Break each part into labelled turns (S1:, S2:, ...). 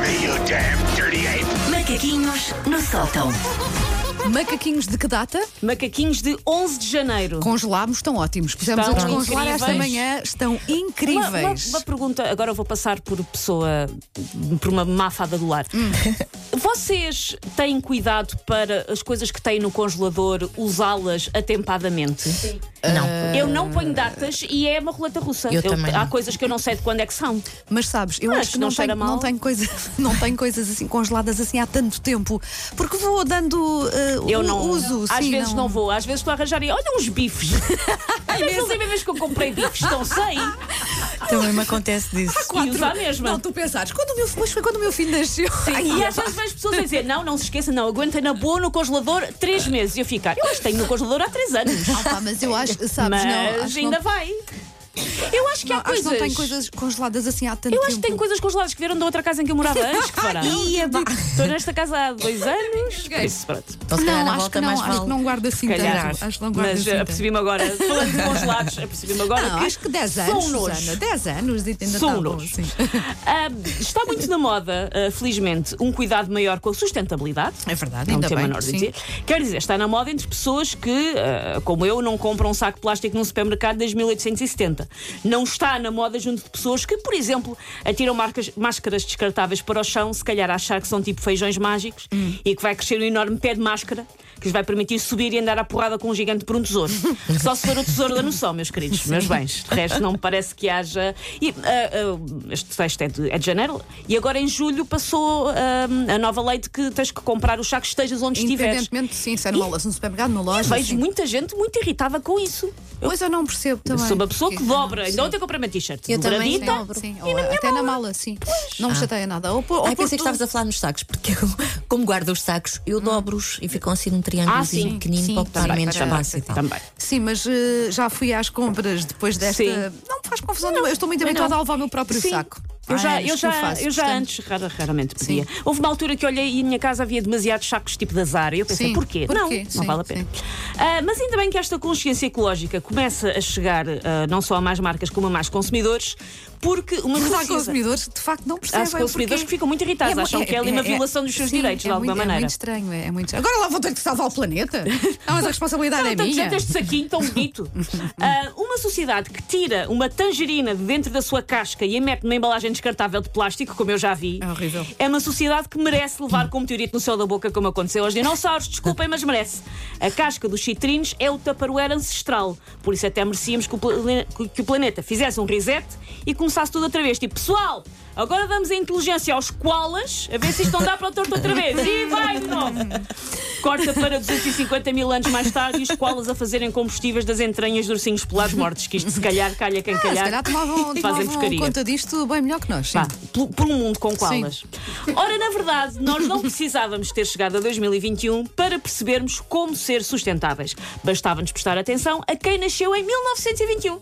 S1: me, you damn dirty ape!
S2: Macaquinhos no sótão.
S3: Macaquinhos de que data?
S4: Macaquinhos de 11 de janeiro.
S3: Congelámos, estão ótimos. Pusemos a
S4: Estão
S3: descongelar esta
S4: incríveis.
S3: manhã, estão
S4: Uma, uma-
S3: incríveis.
S4: uma pergunta, agora eu vou passar por pessoa, por uma máfada do lar. Vocês têm cuidado para as coisas que têm no congelador usá-las atempadamente? Sim.
S5: Não.
S4: Eu não ponho datas e é uma roleta russa.
S5: Eu também
S4: há
S5: não.
S4: coisas que eu não sei de quando é que são.
S3: Mas sabes, eu
S4: Mas
S3: acho que
S4: não
S3: não,
S4: cheira
S3: tenho,
S4: mal.
S3: não, tenho coisa, não tenho coisas assim congeladas assim há tanto tempo. Porque vou dando eh,
S4: Eu
S3: u-
S4: não
S3: uso.
S4: Às
S3: sim,
S4: vezes não. vou, às vezes estou a arranjar e olha uns bifes. Às vezes não sei bem vez que eu comprei bifes, não sei.
S5: Também me acontece disso.
S4: E usa a mesma.
S3: Não, tu pensares, quando o meu, mas foi quando o meu filho nasceu. Ai,
S4: E às vezes vejo pessoas a dizer: não, não se esqueça, não, aguenta na boa no congelador três meses. E eu ficar, eu acho que tenho no congelador há três anos.
S3: ah, pá, mas eu acho, sabes,
S4: Mas
S3: não, acho que
S4: ainda
S3: não,
S4: vai. Eu acho que há
S3: não, acho que
S4: coisas.
S3: não tenho coisas congeladas assim há tanto
S4: Eu
S3: tempo.
S4: acho que tenho coisas congeladas que vieram da outra casa em que eu morava antes, que fará.
S3: Ia, pá.
S4: Estou nesta casa há dois anos. por Isso, pronto.
S5: Então, se calhar,
S3: Não,
S5: na
S3: acho
S5: volta,
S3: que não,
S5: mais
S3: acho que
S5: vale.
S3: não guarda assim tanto.
S4: calhar.
S3: Acho que não guarda
S4: Mas
S3: assim
S4: eh,
S3: tanto.
S4: apercebi-me agora, falando de congelados, apercebi-me agora
S3: Não,
S4: que
S3: acho que 10 anos,
S4: são nojo.
S3: Susana, 10 anos e ainda
S4: São
S3: tá bom,
S4: nojo.
S3: sim.
S4: Ah, está muito na moda, ah, felizmente, um cuidado maior com a sustentabilidade. um
S3: É verdade,
S4: Não
S3: ainda
S4: tem
S3: bem,
S4: menor de
S3: sim.
S4: dizer. Quer dizer, está na moda entre pessoas que, ah, como eu, não compram um saco de plástico num supermercado desde 1870. Não está na moda junto de pessoas que, por exemplo, atiram marcas- máscaras descartáveis para o chão, se calhar a achar que são tipo feijões mágicos e que vai crescer um enorme pé de máscara que lhes vai permitir subir e andar à porrada com um gigante por um tesouro. Só se for o tesouro da noção, meus queridos, meus bens. De resto, não me parece que haja. E, ah, ah, este texto é de, é de janeiro e agora em julho passou ah, a nova lei de que tens que comprar os sacos, estejas onde estiveres.
S3: Independentemente, sim, se é numa, se no supermercado, numa loja.
S4: Vejo
S3: sim.
S4: muita gente muito irritada com isso. Eu
S3: Pois eu não percebo também.
S4: sou uma pessoa que
S3: Eu não
S4: dobra.
S3: percebo.
S4: Ainda ontem comprei uma t-shirt.
S5: Eu também
S4: dobradita.
S5: tenho.
S3: Dobro, sim, ou até na mala, sim. Não me chateia nada. Ou, por- ou
S5: Ai,
S3: por
S5: Ah, pensei que estavas
S3: tudo. Hum.
S5: a falar nos sacos, porque eu, como guardo os sacos, eu dobro-os e ficam assim num triângulo
S4: Ah, sim,
S5: pequenino
S3: sim, tá
S5: para ocupar
S3: também,
S5: menos
S3: para-
S5: espaço e tal.
S4: Também.
S3: Sim, mas eh, já fui às compras depois desta.
S4: Sim.
S3: Não me faz confusão nenhuma. Eu estou muito habituada a levar o meu próprio
S4: Sim.
S3: saco. Ah,
S4: Eu
S3: Há
S4: já,
S3: anos
S4: eu
S3: que o
S4: já,
S3: faço,
S4: eu já
S3: portanto.
S4: antes rara- raramente pedia. Houve uma altura que olhei e em minha casa havia demasiados sacos tipo da Zara. E eu pensei,
S3: Sim,
S4: porquê?
S3: porquê?
S4: Não, não
S3: Sim,
S4: vale a pena. Ah, mas ainda bem que esta consciência ecológica começa a chegar ah, não só a mais marcas como a mais consumidores, porque uma
S3: Mas há
S4: coisa-
S3: consumidores que de facto não percebem.
S4: Há consumidores
S3: porquê.
S4: que ficam muito irritados,
S3: mu-
S4: acham que é ali uma violação dos seus
S3: sim,
S4: direitos, de
S3: é
S4: alguma
S3: muito- É
S4: maneira.
S3: muito estranho, é, é muito estranho. Agora lá vou ter que salvar o planeta? Não, mas a responsabilidade é
S4: Tanto
S3: minha.
S4: gente este saquinho tão bonito. então, Ah, uma sociedade que tira uma tangerina de dentro da sua casca e a mete numa embalagem descartável de plástico, como eu já vi,
S3: É horrível.
S4: é uma sociedade que merece levar com um meteorito no céu da boca, como aconteceu aos dinossauros. Desculpem, mas merece. A casca dos citrinos é o taparoeira ancestral. Por isso até merecíamos que o, plane- que o planeta fizesse um reset e começasse tudo outra vez. Tipo, pessoal, agora damos a inteligência aos koalas a ver se isto não dá para o torto outra vez. E vai de novo! Corta para 250 mil anos mais tarde e os koalas a fazerem combustíveis das entranhas de ursinhos polares mortos, que isto se calhar calha quem
S3: Ah,
S4: calhar.
S3: se calhar tomavam,
S4: fazem
S3: tomavam
S4: porcaria.
S3: um conta disto bem melhor que nós. Sim.
S4: Pá, por, por um mundo com koalas. Ora, na verdade, nós não precisávamos ter chegado a 2021 para percebermos como ser sustentáveis. Bastava-nos prestar atenção a quem nasceu em 1921.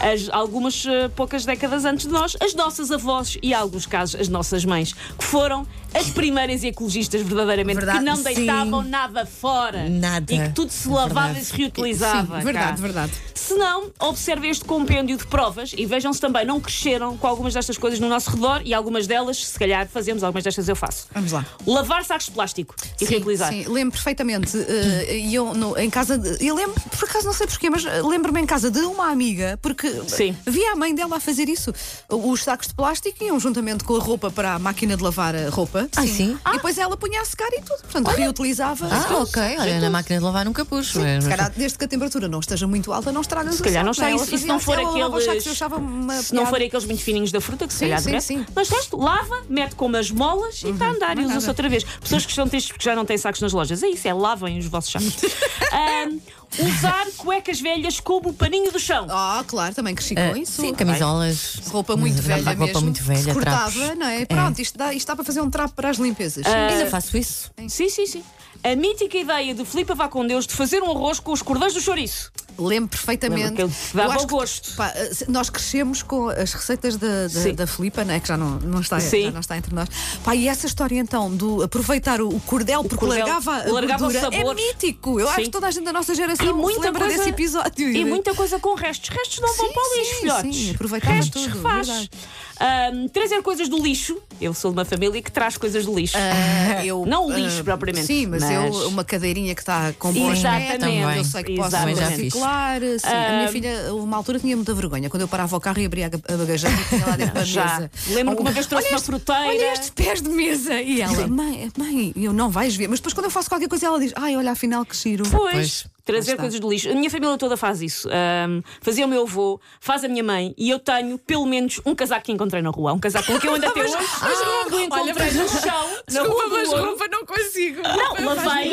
S4: As- algumas eh, poucas décadas antes de nós, as nossas avós e, em alguns casos, as nossas mães, que foram as primeiras ecologistas verdadeiramente, que
S5: Verdade,
S4: não
S5: sim.
S4: deitavam nada fora.
S5: Nada.
S4: E que tudo se
S5: É
S4: lavava
S5: verdade.
S4: e se reutilizava.
S3: Sim, verdade,
S4: cá.
S3: verdade.
S4: Se não, observem este compêndio de provas e vejam se também não cresceram com algumas destas coisas no nosso redor e algumas delas, se calhar, fazemos, algumas destas eu faço.
S3: Vamos lá.
S4: Lavar sacos de plástico e
S3: Sim,
S4: reutilizar.
S3: Sim, lembro perfeitamente. eh, E eu no- em casa. de- Eu lembro, por acaso não sei porquê, mas eh, lembro-me em casa de uma amiga, porque eh,
S4: Sim.
S3: vi a mãe dela a fazer isso. Os sacos de plástico iam juntamente com a roupa para a máquina de lavar a roupa.
S5: Ah, sim?
S3: E depois ela punha a secar e tudo. Portanto, reutilizava.
S5: Ah, ok. Olha, na máquina de lavar nunca pus. é? mas-
S3: Então, Se calhar, desde que a temperatura não esteja muito alta, não estragas
S4: Se calhar não
S3: o saco,
S4: está.
S3: é?
S4: E
S3: Ela
S4: se- e
S3: fazia
S4: se não
S3: assim,
S4: for
S3: ela lavava os
S4: aqueles.
S3: sacos, eu achava uma
S4: Se não
S3: piada.
S4: for aqueles muito fininhos da fruta, que se
S3: Sim,
S4: calhar
S3: sim,
S4: merece.
S3: sim.
S4: Mas resto, lava, mete com umas molas e está a andar e
S3: mais
S4: usa-se
S3: nada.
S4: outra vez. Pessoas que estão tristes porque já não têm sacos nas lojas. É isso, é lavem os vossos sacos. Ahm, usar cuecas velhas como o paninho do chão.
S3: Ah, claro, também cresci
S5: Ah,
S3: com isso. tá
S5: sim, camisolas. eh,
S3: Roupa muito velha
S5: Roupa
S3: mesmo.
S5: muito velha,
S3: que se cortava,
S5: trapos.
S3: não é?
S5: É.
S3: Pronto, isto dá, isto dá para fazer um trapo para as limpezas.
S4: Ah,
S5: Ainda faço isso.
S4: Sim, sim, sim. A mítica ideia de Filipe Vá com Deus de fazer um arroz com os cordões do chouriço.
S3: Lembro perfeitamente.
S4: Lembro que ele se dava
S3: Eu acho
S4: ao
S3: que,
S4: gosto.
S3: pá, eh, nós crescemos com as receitas da, da,
S4: Sim.
S3: da Filipa, né, que já não, não está,
S4: Sim.
S3: já não está entre nós. Pá, e essa história então do aproveitar o, o cordel porque
S4: cordel
S3: largava a
S4: largava
S3: gordura é
S4: sabores.
S3: mítico. Eu acho
S4: Sim.
S3: que toda a gente da nossa geração
S4: E
S3: se
S4: muita,
S3: lembra
S4: coisa,
S3: desse episódio.
S4: e muita coisa com restos. Restos não
S3: Sim,
S4: vão para o lixo,
S3: sim, é
S4: filhotes.
S3: sim, aproveitava
S4: restos
S3: tudo,
S4: refaz.
S3: verdade.
S4: Ahm, trazer coisas do lixo. Eu sou de uma família que traz coisas do lixo.
S3: Ah, eu,
S4: É. Não
S3: ah,
S4: lixo propriamente,
S3: Sim, mas,
S4: mas-
S3: eu, uma cadeirinha que está com boas
S4: Exatamente,
S3: pernas, eu sei que posso
S4: exatamente. Ah,
S3: reciclar. Sim, a minha filha, houve uma altura, tinha muita vergonha quando eu parava o carro e abria a ga- a bagageira e tinha lá dentro da
S4: já.
S3: mesa.
S4: Lembro-me que uma vez trouxe
S3: Olha
S4: uma
S3: este-
S4: fruteira.
S3: Olha estes pés de mesa. E ela, mãe, mãe, eu não vais ver. Mas depois quando eu faço qualquer coisa, ela diz, ai, olha, afinal que giro.
S4: Pois.
S5: Pois,
S3: lá
S4: Trazer
S3: está.
S4: coisas do lixo. A minha família toda faz isso. Ahm, fazia o meu avô, faz a minha mãe e eu tenho pelo menos um casaco que encontrei na rua. Um casaco com que eu ando até hoje.
S3: ah,
S4: Mas eu encontrei no chão, na rua do Ouro.
S3: não consigo.
S4: Não, lavei.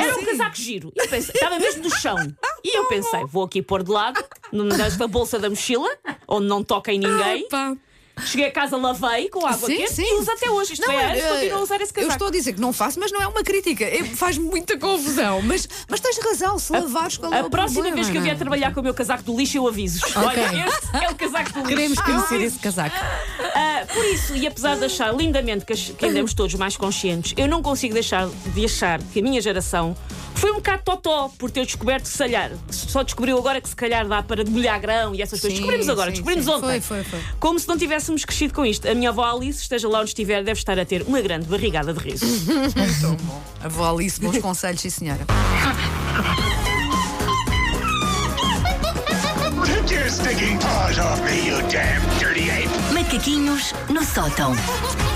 S4: Era um casaco giro. E eu pensei, estava mesmo no chão. E eu pensei, vou aqui pôr de lado, nesta bolsa da mochila, onde não toca em ninguém. Cheguei a casa, lavei com água
S3: Sim,
S4: quente
S3: sim.
S4: e uso Ah, até hoje. Isto
S3: Não, é,
S4: foi
S3: eu-
S4: anos, continuo a usar esse
S3: Eu
S4: casaco.
S3: estou a dizer que não faço, mas não é uma crítica. É- Faz muita confusão. Mas, mas tens razão, se lavares qual é
S4: A
S3: o
S4: próxima
S3: problema,
S4: vez que eu vier
S3: não é?
S4: trabalhar com o meu casaco do lixo, eu aviso. Olha, este é o casaco do lixo.
S5: Queremos
S4: Ah,
S5: conhecer esse casaco.
S4: Ah, por isso, e apesar de achar lindamente que, as- que andamos todos mais conscientes, eu não consigo deixar de achar que a minha geração foi um bocado totó por ter descoberto que se calhar, só descobriu agora que se calhar dá para demolhar grão e essas coisas.
S3: Sim,
S4: Descobrimos agora,
S3: sim,
S4: descobrimos
S3: sim.
S4: ontem.
S3: Foi, foi, foi.
S4: Como se não tivéssemos crescido com isto. A minha avó Alice, esteja lá onde estiver, deve estar a ter uma grande barrigada de riso.
S3: A Vó Alice, bons conselhos, sim senhora.
S1: Take your stinking paws off me, you damn dirty ape!
S2: Macaquinhos no sótão.